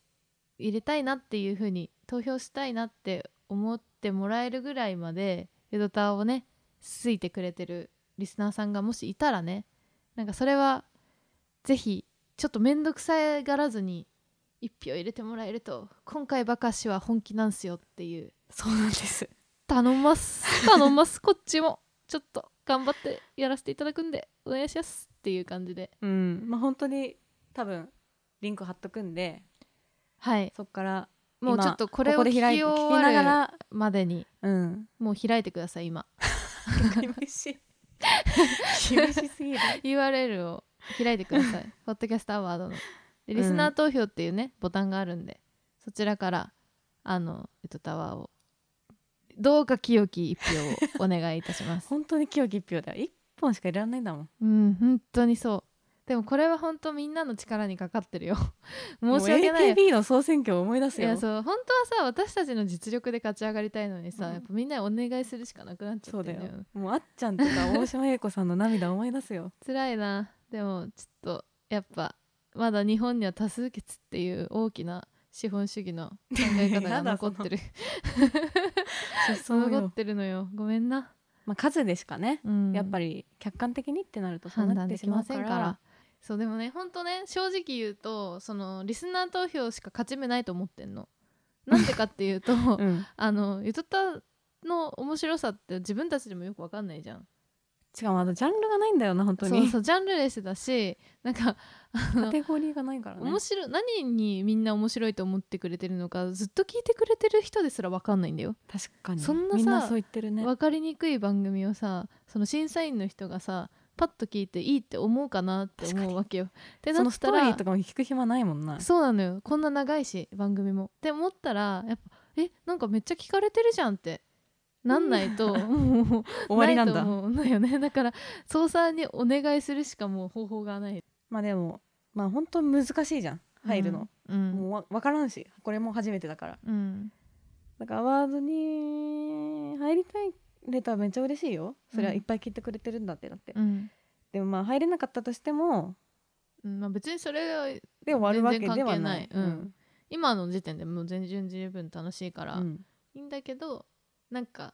Speaker 1: 入れたいなっていう風に投票したいなって思ってもらえるぐらいまでゆドタワをねついてくれてるリスナーさんがもしいたらねなんかそれはぜひちょっと面倒くさがらずに一票入れてもらえると今回ばかしは本気なんすよっていう
Speaker 2: そうなんです
Speaker 1: 頼んます
Speaker 2: (laughs)
Speaker 1: 頼んますこっちもちょっと頑張ってやらせていただくんでお願いしますっていう感じで
Speaker 2: うんまあ本当に多分リンク貼っとくんで
Speaker 1: はい
Speaker 2: そっから
Speaker 1: もう
Speaker 2: 今
Speaker 1: ちょっとこれを
Speaker 2: こで開いて
Speaker 1: 聞き終わ
Speaker 2: 聞き
Speaker 1: る
Speaker 2: ながら
Speaker 1: までに
Speaker 2: うん
Speaker 1: もう開いてください今
Speaker 2: 厳しい厳しすぎる
Speaker 1: URL を開いてくださ (laughs) いポッドキャストアワードのでリスナー投票っていうね、ボタンがあるんでそちらからあの「ゆとたわ」をどうか清き一票をお願いいたしま (laughs) す
Speaker 2: (laughs) 本当に清き一票だよ1本しかいらないんだもん
Speaker 1: うん本当にそうでもこれは本当みんなの力にかかってる (laughs) よ申し訳ない
Speaker 2: も
Speaker 1: よ
Speaker 2: う AKB の総選挙を思い出す
Speaker 1: い
Speaker 2: よ
Speaker 1: やそう本当はさ私たちの実力で勝ち上がりたいのにさ、
Speaker 2: うん
Speaker 1: やっぱみんなにお願いするしかなくなっちゃ
Speaker 2: そ
Speaker 1: っ
Speaker 2: う
Speaker 1: て
Speaker 2: だ
Speaker 1: る
Speaker 2: よ
Speaker 1: のよ
Speaker 2: もうあっちゃんとか大島優子さんの涙を思い出すよ
Speaker 1: 辛いなでもちょっとやっぱまだ日本には多数決っていう大きな資本主義の考え方が
Speaker 2: (laughs) やだ
Speaker 1: 残ってる
Speaker 2: 失踪
Speaker 1: 残っ
Speaker 2: よ、
Speaker 1: てるのよごめんな、
Speaker 2: まあ、数でしかね、
Speaker 1: うん
Speaker 2: やっぱり客観的にってなるとそう
Speaker 1: 判
Speaker 2: な
Speaker 1: 断
Speaker 2: って
Speaker 1: で
Speaker 2: し
Speaker 1: き
Speaker 2: ま
Speaker 1: ま
Speaker 2: うか
Speaker 1: せ
Speaker 2: ら
Speaker 1: んからそうでもね本当ね正直言うとそのリスナー投票しか勝ち目ないと思ってんのなんでかっていう
Speaker 2: (laughs)
Speaker 1: と、
Speaker 2: うん、
Speaker 1: あのゆとたの面白さって自分たちでもよくわかんないじゃん
Speaker 2: しかもあとジャンルがないんだよな本当
Speaker 1: そう
Speaker 2: に
Speaker 1: そうジャンルレスだしなんかあ
Speaker 2: カ
Speaker 1: の
Speaker 2: テゴリーがないからね
Speaker 1: 面白い何にみんな面白いと思ってくれてるのかずっと聞いてくれてる人ですらわかんないんだよ、
Speaker 2: 確かに
Speaker 1: そんなさ
Speaker 2: みんなそう言ってるね
Speaker 1: わかりにくい番組をさその審査員の人がさパッと聞いていいって思うかなって
Speaker 2: 確か
Speaker 1: 思
Speaker 2: に
Speaker 1: うわけよって
Speaker 2: そ
Speaker 1: な
Speaker 2: の
Speaker 1: っ
Speaker 2: ス
Speaker 1: た
Speaker 2: トーリ
Speaker 1: ら
Speaker 2: ーとかも聞く暇ないもんな
Speaker 1: そうなのよこんな長いし番組もって思ったらやっぱえなんかめっちゃ聞かれてるじゃんってなんないと、もう
Speaker 2: 終わりなん
Speaker 1: い
Speaker 2: だ
Speaker 1: と思うのよねだから操作にお願いするしかもう方法がない
Speaker 2: まあでもまあ本当難しいじゃん入るの、
Speaker 1: うん
Speaker 2: もうわ分からんしこれも初めてだから
Speaker 1: うん
Speaker 2: だからワードに入りたいレターめっちゃ嬉しいよそれはいっぱい聞いてくれてるんだってだって、
Speaker 1: うん、
Speaker 2: でもまあ入れなかったとしても
Speaker 1: うんまあ、別にそれは
Speaker 2: で終わるわけではな
Speaker 1: 全
Speaker 2: い
Speaker 1: 然関係ないうん今の時点でもう全然十分楽しいから、
Speaker 2: うん
Speaker 1: いいんだけどなんか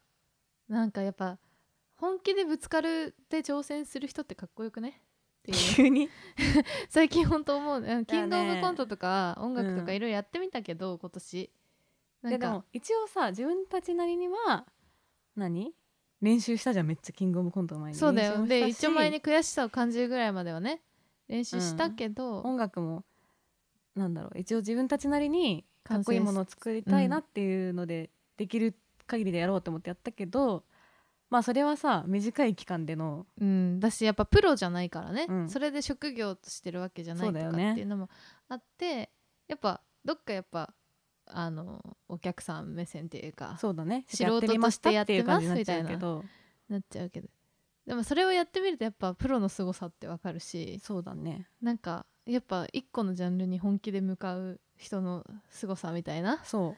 Speaker 1: なんかやっぱ本気でぶつかるで挑戦する人ってかっこよくねっていう
Speaker 2: (laughs) 急に
Speaker 1: 最近本当思うねキングオ
Speaker 2: だ
Speaker 1: ブ
Speaker 2: ね
Speaker 1: コントとか音楽と
Speaker 2: うん
Speaker 1: かいろいろやってみたけど、今年な
Speaker 2: で
Speaker 1: ん
Speaker 2: で
Speaker 1: か
Speaker 2: も一応さ自分たちなりには何練習したじゃんめっちゃキングオブコントの前に
Speaker 1: そうだ
Speaker 2: 練習
Speaker 1: よ
Speaker 2: も
Speaker 1: で
Speaker 2: したし
Speaker 1: 一応前に悔しさを感じるぐらいまではね練習したけど、
Speaker 2: 音楽もなんだろう一応自分たちなりにかっこいいものを作りたいなっていうので、できる限りでやろうと思ってやったけどまあそれはさ短い期間での
Speaker 1: うん、だしやっぱプロじゃないからね、
Speaker 2: うん
Speaker 1: それで職業としてるわけじゃない
Speaker 2: そ
Speaker 1: と
Speaker 2: うだ
Speaker 1: か
Speaker 2: よ
Speaker 1: っ
Speaker 2: ね
Speaker 1: ていうのもあって、やっぱどっかやっぱあのお客さん目線っていうか
Speaker 2: そうだね
Speaker 1: 素人としてやってますみたいな
Speaker 2: やってみましたっていう感じに
Speaker 1: な
Speaker 2: なっちゃうけど
Speaker 1: っちゃうけどでもそれをやってみるとやっぱプロの凄さってわかるし
Speaker 2: そうだね
Speaker 1: なんかやっぱ一個のジャンルに本気で向かう人の凄さみたいな
Speaker 2: そ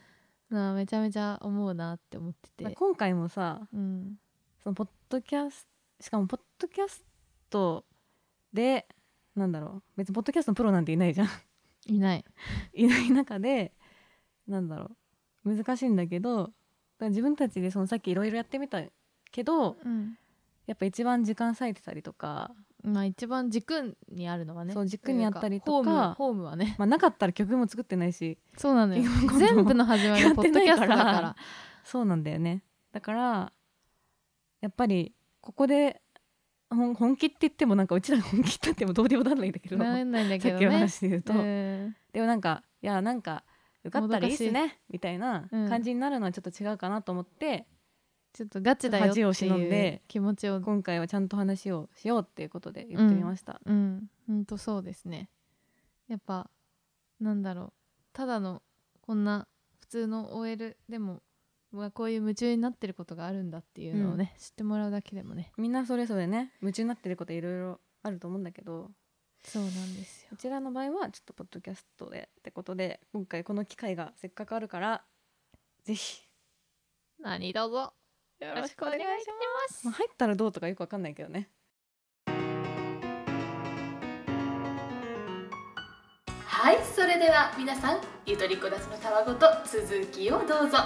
Speaker 2: う
Speaker 1: なめちゃめちゃ思うなって思って
Speaker 2: だから
Speaker 1: て、
Speaker 2: 今回もさ
Speaker 1: うん、
Speaker 2: そのポッドキャスしかもポッドキャストでなんだろう別にポッドキャストのプロなんていないじゃん (laughs)
Speaker 1: いない、
Speaker 2: いない中でなんだろう難しいんだけどだから自分たちでそのさっきいろいろやってみたけど
Speaker 1: うん、
Speaker 2: やっぱ一番時間割いてたりとか、
Speaker 1: まあ一番軸にあるのはね
Speaker 2: そう軸にあったりとか
Speaker 1: ホームホームはね
Speaker 2: まあ、なかったら曲も作ってないし
Speaker 1: そうなのよ
Speaker 2: キングオブコント
Speaker 1: 全部の始まり
Speaker 2: や
Speaker 1: は
Speaker 2: っ
Speaker 1: ポッ
Speaker 2: て
Speaker 1: ド
Speaker 2: な
Speaker 1: キ
Speaker 2: い
Speaker 1: ャス
Speaker 2: か
Speaker 1: トだから
Speaker 2: (laughs) らそうなんだよねだからやっぱりここでほん本気って言ってもなんかうちらが本気って言ってもどうにもなんないんだけど
Speaker 1: なれないんだ
Speaker 2: さ
Speaker 1: け
Speaker 2: っ
Speaker 1: ど
Speaker 2: きの
Speaker 1: ね
Speaker 2: 話で言うと、
Speaker 1: うん
Speaker 2: でもなんかいやなんか受かったらいいっす
Speaker 1: もど
Speaker 2: ねみたいな
Speaker 1: うん
Speaker 2: 感じになるのはちょっと違うかなと思って、
Speaker 1: ちょっとガチだよって
Speaker 2: 恥を忍ん
Speaker 1: いう
Speaker 2: で
Speaker 1: 気持ちを
Speaker 2: 今回はちゃんと話をしようっていうことで言ってみました、
Speaker 1: うんほんとそうですねやっぱなんだろうただのこんな普通の OL でもまあこういう夢中になってることがあるんだっていうのをね、知ってもらうだけでもね
Speaker 2: みんなそれぞれね夢中になってることいろいろあると思うんだけど
Speaker 1: そうなんですよ
Speaker 2: うちらの場合はちょっとポッドキャストでってことで今回この機会がせっかくあるからぜひ
Speaker 1: 何どうぞよ
Speaker 2: よ
Speaker 1: ろしくお願いします
Speaker 2: まあ入ったらどうとかよくわかんないけどね
Speaker 1: はいそれでは皆さんゆとりこだちのたわごと続きをどうぞ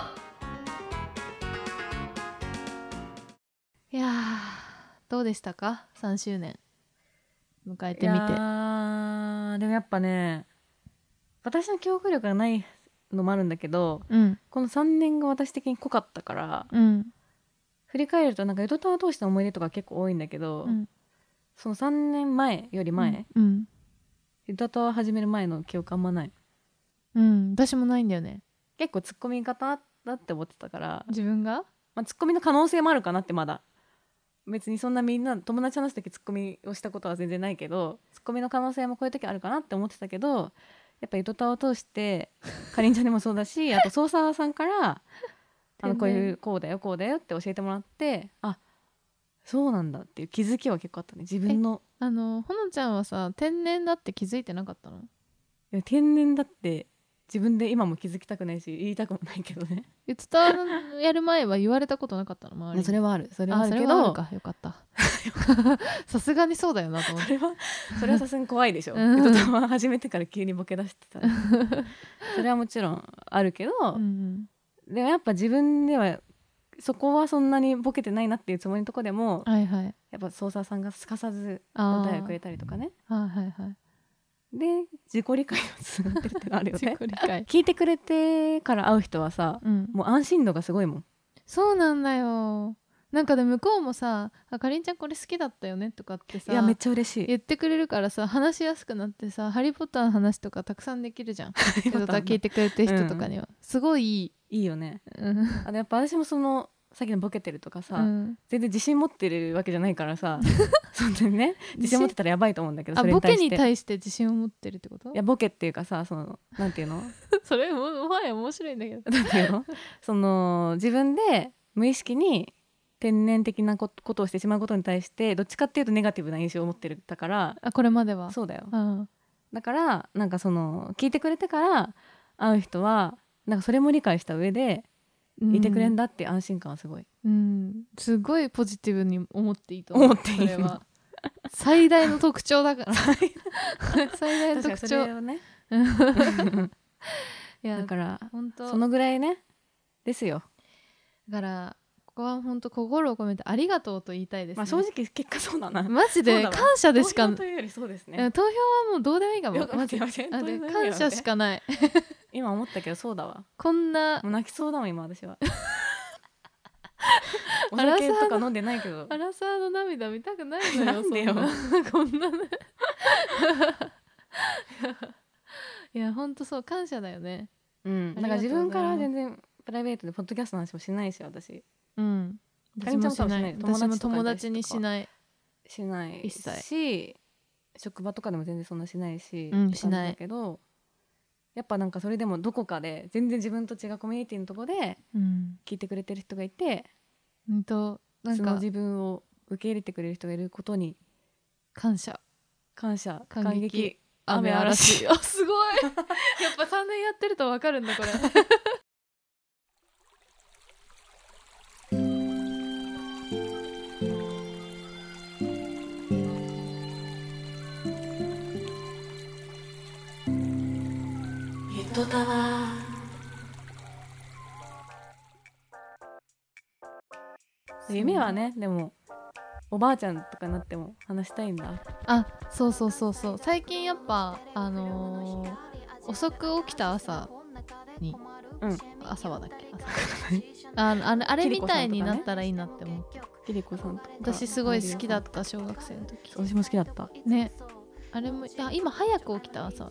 Speaker 1: いやーどうでしたか3周年迎えてみ
Speaker 2: いや
Speaker 1: て
Speaker 2: ーでもやっぱね私の記憶力がないのもあるんだけど
Speaker 1: うん
Speaker 2: この3年が私的に濃かったから
Speaker 1: うん
Speaker 2: 振り返るとなんか江戸川通しての思い出とか結構多いんだけど、
Speaker 1: うん
Speaker 2: その3年前より前、
Speaker 1: うん、
Speaker 2: 江戸川始める前の記憶あんまない
Speaker 1: うん、私もないんだよね
Speaker 2: 結構ツッコミ方だって思ってたから、
Speaker 1: 自分が
Speaker 2: まあ、ツッコミの可能性もあるかなってまだ別にそんなみんな友達と話す時ツッコミをしたことは全然ないけどツッコミの可能性もこういう時あるかなって思ってたけど (laughs) やっぱ江戸川を通してかりんちゃんにもそうだしあと捜査さんからあのこういうこうだよこうだよって教えてもらってあそうなんだっていう気づきは結構あったね自分の
Speaker 1: あのほのちゃんはさ天然だって気づいてなかったの
Speaker 2: いや天然だって自分で今も気づきたくないし言いたくもないけどね
Speaker 1: ゆつたわやる前は言われたことなかったの周りに
Speaker 2: それはあるそれは
Speaker 1: あ
Speaker 2: ある
Speaker 1: そ
Speaker 2: け
Speaker 1: れ
Speaker 2: ど
Speaker 1: はあるかよかった
Speaker 2: (laughs)
Speaker 1: さすがにそうだよなと思っ
Speaker 2: そ
Speaker 1: て
Speaker 2: れはそれはさすがに怖いでしょ。
Speaker 1: うん
Speaker 2: ゆとたま始めてから急にボケ出してた
Speaker 1: (laughs)
Speaker 2: らそれはもちろんあるけど、
Speaker 1: うん
Speaker 2: でもやっぱ自分ではそこはそんなにボケてないなっていうつもりのとこでも、
Speaker 1: うんはいはい
Speaker 2: やっぱ捜査さんがすかさず
Speaker 1: あ
Speaker 2: 答えを
Speaker 1: ー
Speaker 2: くれたりとかね。
Speaker 1: はいはいはい
Speaker 2: で自己理解をつながってるってのあ
Speaker 1: (laughs)
Speaker 2: るよ
Speaker 1: 自
Speaker 2: ね
Speaker 1: 己。理解
Speaker 2: 聞いてくれてから会う人はさ、
Speaker 1: うん
Speaker 2: もう安心度がすごいもん。
Speaker 1: そうなんだよなんかで向こうもさ「あかりんちゃんこれ好きだったよね」とかって
Speaker 2: い
Speaker 1: さ
Speaker 2: やめっちゃ嬉しい。
Speaker 1: 言ってくれるからさ話しやすくなってさ「ハリー・ポッター」の話とかたくさんできるじゃん
Speaker 2: リー (laughs) ポッターの
Speaker 1: た聞いてくれてる人とかには、すごいいい、
Speaker 2: いいよね。
Speaker 1: うん
Speaker 2: あのやっぱ私もそのさっきのボケてるとかさ、
Speaker 1: うん
Speaker 2: 全然自信持ってるわけじゃないから
Speaker 1: (laughs)
Speaker 2: さそんなにね自信持ってたらやばいと思うんだけど
Speaker 1: あ
Speaker 2: それに
Speaker 1: ボ
Speaker 2: 対
Speaker 1: ケ
Speaker 2: して
Speaker 1: に対して自信を持ってるってこと
Speaker 2: いやボケっていうかさそのなんていうの
Speaker 1: (laughs)
Speaker 2: (laughs)
Speaker 1: それももはや面白いんだけど
Speaker 2: なんていうのその自分で無意識に天然的なことことをしてしまうことに対してどっちかっていうとネガティブな印象を持ってるだから
Speaker 1: あこれまでは
Speaker 2: そうだよ
Speaker 1: うん
Speaker 2: だからなんかその聞いてくれてから会う人はなんかそれも理解した上でいてくれんだっていう安心感はすごい、
Speaker 1: うんすごいポジティブに思っていいと
Speaker 2: 思っていいの
Speaker 1: それは最大の特徴
Speaker 2: (laughs)
Speaker 1: だから最大の
Speaker 2: 確か
Speaker 1: 特
Speaker 2: にそ
Speaker 1: 徴
Speaker 2: れをね
Speaker 1: いや
Speaker 2: (laughs) だから
Speaker 1: 本当
Speaker 2: そのぐらいねですよ
Speaker 1: だからここは本当心を込めてありがとうと言いたいです、ね
Speaker 2: まあ正直結果そうだな。
Speaker 1: マジ
Speaker 2: そう
Speaker 1: で
Speaker 2: だ
Speaker 1: 感
Speaker 2: わ
Speaker 1: 謝でしか
Speaker 2: 投
Speaker 1: 投
Speaker 2: 票と
Speaker 1: 票
Speaker 2: いうよりそうですね。
Speaker 1: 投票はもうどうでもいいかも
Speaker 2: よく
Speaker 1: マ
Speaker 2: 待
Speaker 1: ジ
Speaker 2: って待って
Speaker 1: あ
Speaker 2: 投票
Speaker 1: で
Speaker 2: の意味
Speaker 1: 感謝しかない
Speaker 2: 今思ったけどそうだ (laughs) わ。
Speaker 1: こんな
Speaker 2: もう泣きそうだもん今私 (laughs) は。お
Speaker 1: アラサ
Speaker 2: 酒
Speaker 1: ーの
Speaker 2: とか飲んでないけど
Speaker 1: ア。ラサーの涙見たくないのよ
Speaker 2: なんでよ
Speaker 1: そんなこんなねいやほんとそう感謝だよね
Speaker 2: うん。だから自分からは全然プライベートでポッドキャストの話もしないし私
Speaker 1: うん
Speaker 2: か
Speaker 1: 私
Speaker 2: りんちゃ
Speaker 1: も
Speaker 2: ん
Speaker 1: しない
Speaker 2: も多分
Speaker 1: 私
Speaker 2: しない
Speaker 1: も友達にしない
Speaker 2: しない
Speaker 1: 一切
Speaker 2: し、職場とかでも全然そんなしないし、
Speaker 1: うん
Speaker 2: って感
Speaker 1: し
Speaker 2: じ
Speaker 1: ない
Speaker 2: だけど。やっぱなんかそれでもどこかで全然自分と違うコミュニティのとこで
Speaker 1: うん
Speaker 2: 聞いてくれてる人がいて
Speaker 1: ほんとなん
Speaker 2: その
Speaker 1: か
Speaker 2: 自分を受け入れてくれる人がいることに
Speaker 1: 感謝
Speaker 2: 感謝
Speaker 1: 感
Speaker 2: 感
Speaker 1: 激
Speaker 2: 激
Speaker 1: 雨
Speaker 2: 雨
Speaker 1: 嵐
Speaker 2: 嵐
Speaker 1: あすごいやっぱ3年やってるとわかるんだこれ
Speaker 4: ゆとたわ
Speaker 2: 夢はねでもおばあちゃんとかになっても話したいんだ
Speaker 1: あそうそうそうそう最近やっぱあのー遅く起きた朝に
Speaker 2: うん
Speaker 1: 朝はだっけ朝あのあのあれみたいになったらいいなって思う、
Speaker 2: キリコさんとか
Speaker 1: 私すごい好きだった小学生の時
Speaker 2: 私も好きだった
Speaker 1: ねあれもいや今早く起きた朝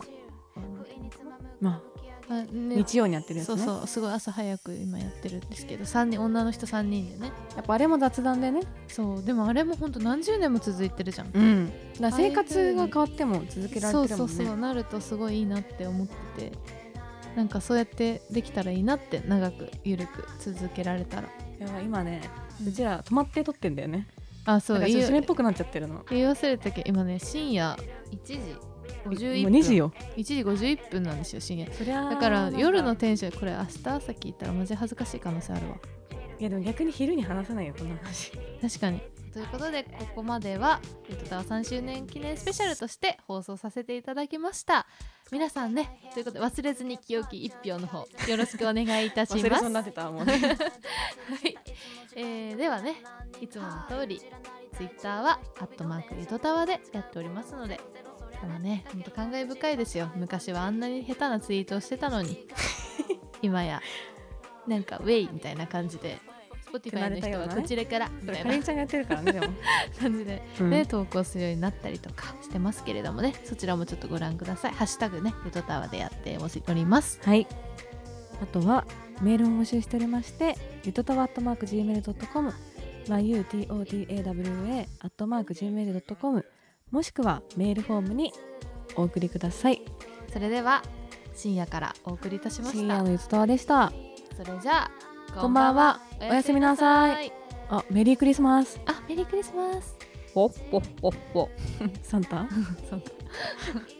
Speaker 2: ま
Speaker 1: あ、
Speaker 2: あ
Speaker 1: ね
Speaker 2: 日曜にやってるやつ
Speaker 1: そ
Speaker 2: ね
Speaker 1: うそうすごい朝早く今やってるんですけど三人女の人3人でね
Speaker 2: やっぱあれも雑談でね
Speaker 1: そうでもあれもほんと何十年も続いてるじゃん
Speaker 2: うんだから生活が変わっても続けられてる
Speaker 1: そ
Speaker 2: も
Speaker 1: うそ
Speaker 2: ん
Speaker 1: う
Speaker 2: ね
Speaker 1: そうなるとすごいいいなって思っててなんかそうやってできたらいいなって長くゆるく続けられたら
Speaker 2: やばい今ね
Speaker 1: うん
Speaker 2: うちら泊まって撮ってんだよね
Speaker 1: あそ
Speaker 2: だ
Speaker 1: う
Speaker 2: から
Speaker 1: 言
Speaker 2: ちょ
Speaker 1: い
Speaker 2: っとそれっぽくなっちゃってるのも
Speaker 1: 言い忘れたけど今ね深夜1時
Speaker 2: う
Speaker 1: 51分
Speaker 2: 2時よ
Speaker 1: 1時51分なんですよ深夜
Speaker 2: そりゃあ
Speaker 1: だから
Speaker 2: なん
Speaker 1: 夜のテンションこれ明日朝聞いたらマジ恥ずかしい可能性あるわ
Speaker 2: いやでも逆に昼に話さないよこんな話
Speaker 1: 確かにということでここまでは「ゆとたわ3周年記念スペシャル」として放送させていただきました皆さんねということで忘れずに清き一票の方よろしくお願いいたします
Speaker 2: 忘れそうになってた
Speaker 1: (laughs)
Speaker 2: もうね
Speaker 1: はい、えーではねいつもの通りツイッターは「アットマークゆとたわ」でやっておりますのであのねほんと感慨深いですよ昔はあんなに下手なツイートをしてたの
Speaker 2: (laughs)
Speaker 1: に今やなんかウェイみたいな感じで Spotify の人はこちらからみ
Speaker 2: そ
Speaker 1: た
Speaker 2: れ
Speaker 1: い
Speaker 2: かり
Speaker 1: なん
Speaker 2: ちゃんがやってるからねでも
Speaker 1: 感じで、
Speaker 2: う
Speaker 1: (laughs)
Speaker 2: ん
Speaker 1: ね、投稿するようになったりとかしてますけれどもねそちらもちょっとご覧ください「ハッシュタグねゆとたわ」でやっております
Speaker 2: はい。あとはメールを募集しておりまして、ゆとたわアットマーク gmail.com、yutotawa アットマーク gmail.com、もしくはメールフォームにお送りください。
Speaker 1: それでは深夜からお送りいたしま
Speaker 2: 深
Speaker 1: し
Speaker 2: 夜
Speaker 1: た
Speaker 2: のゆとたわでした。
Speaker 1: それじゃあ
Speaker 2: こんばんはおやすみなさいあメリークリスマス
Speaker 1: あメリークリスマス
Speaker 2: ポッポッポッポサンタサンタ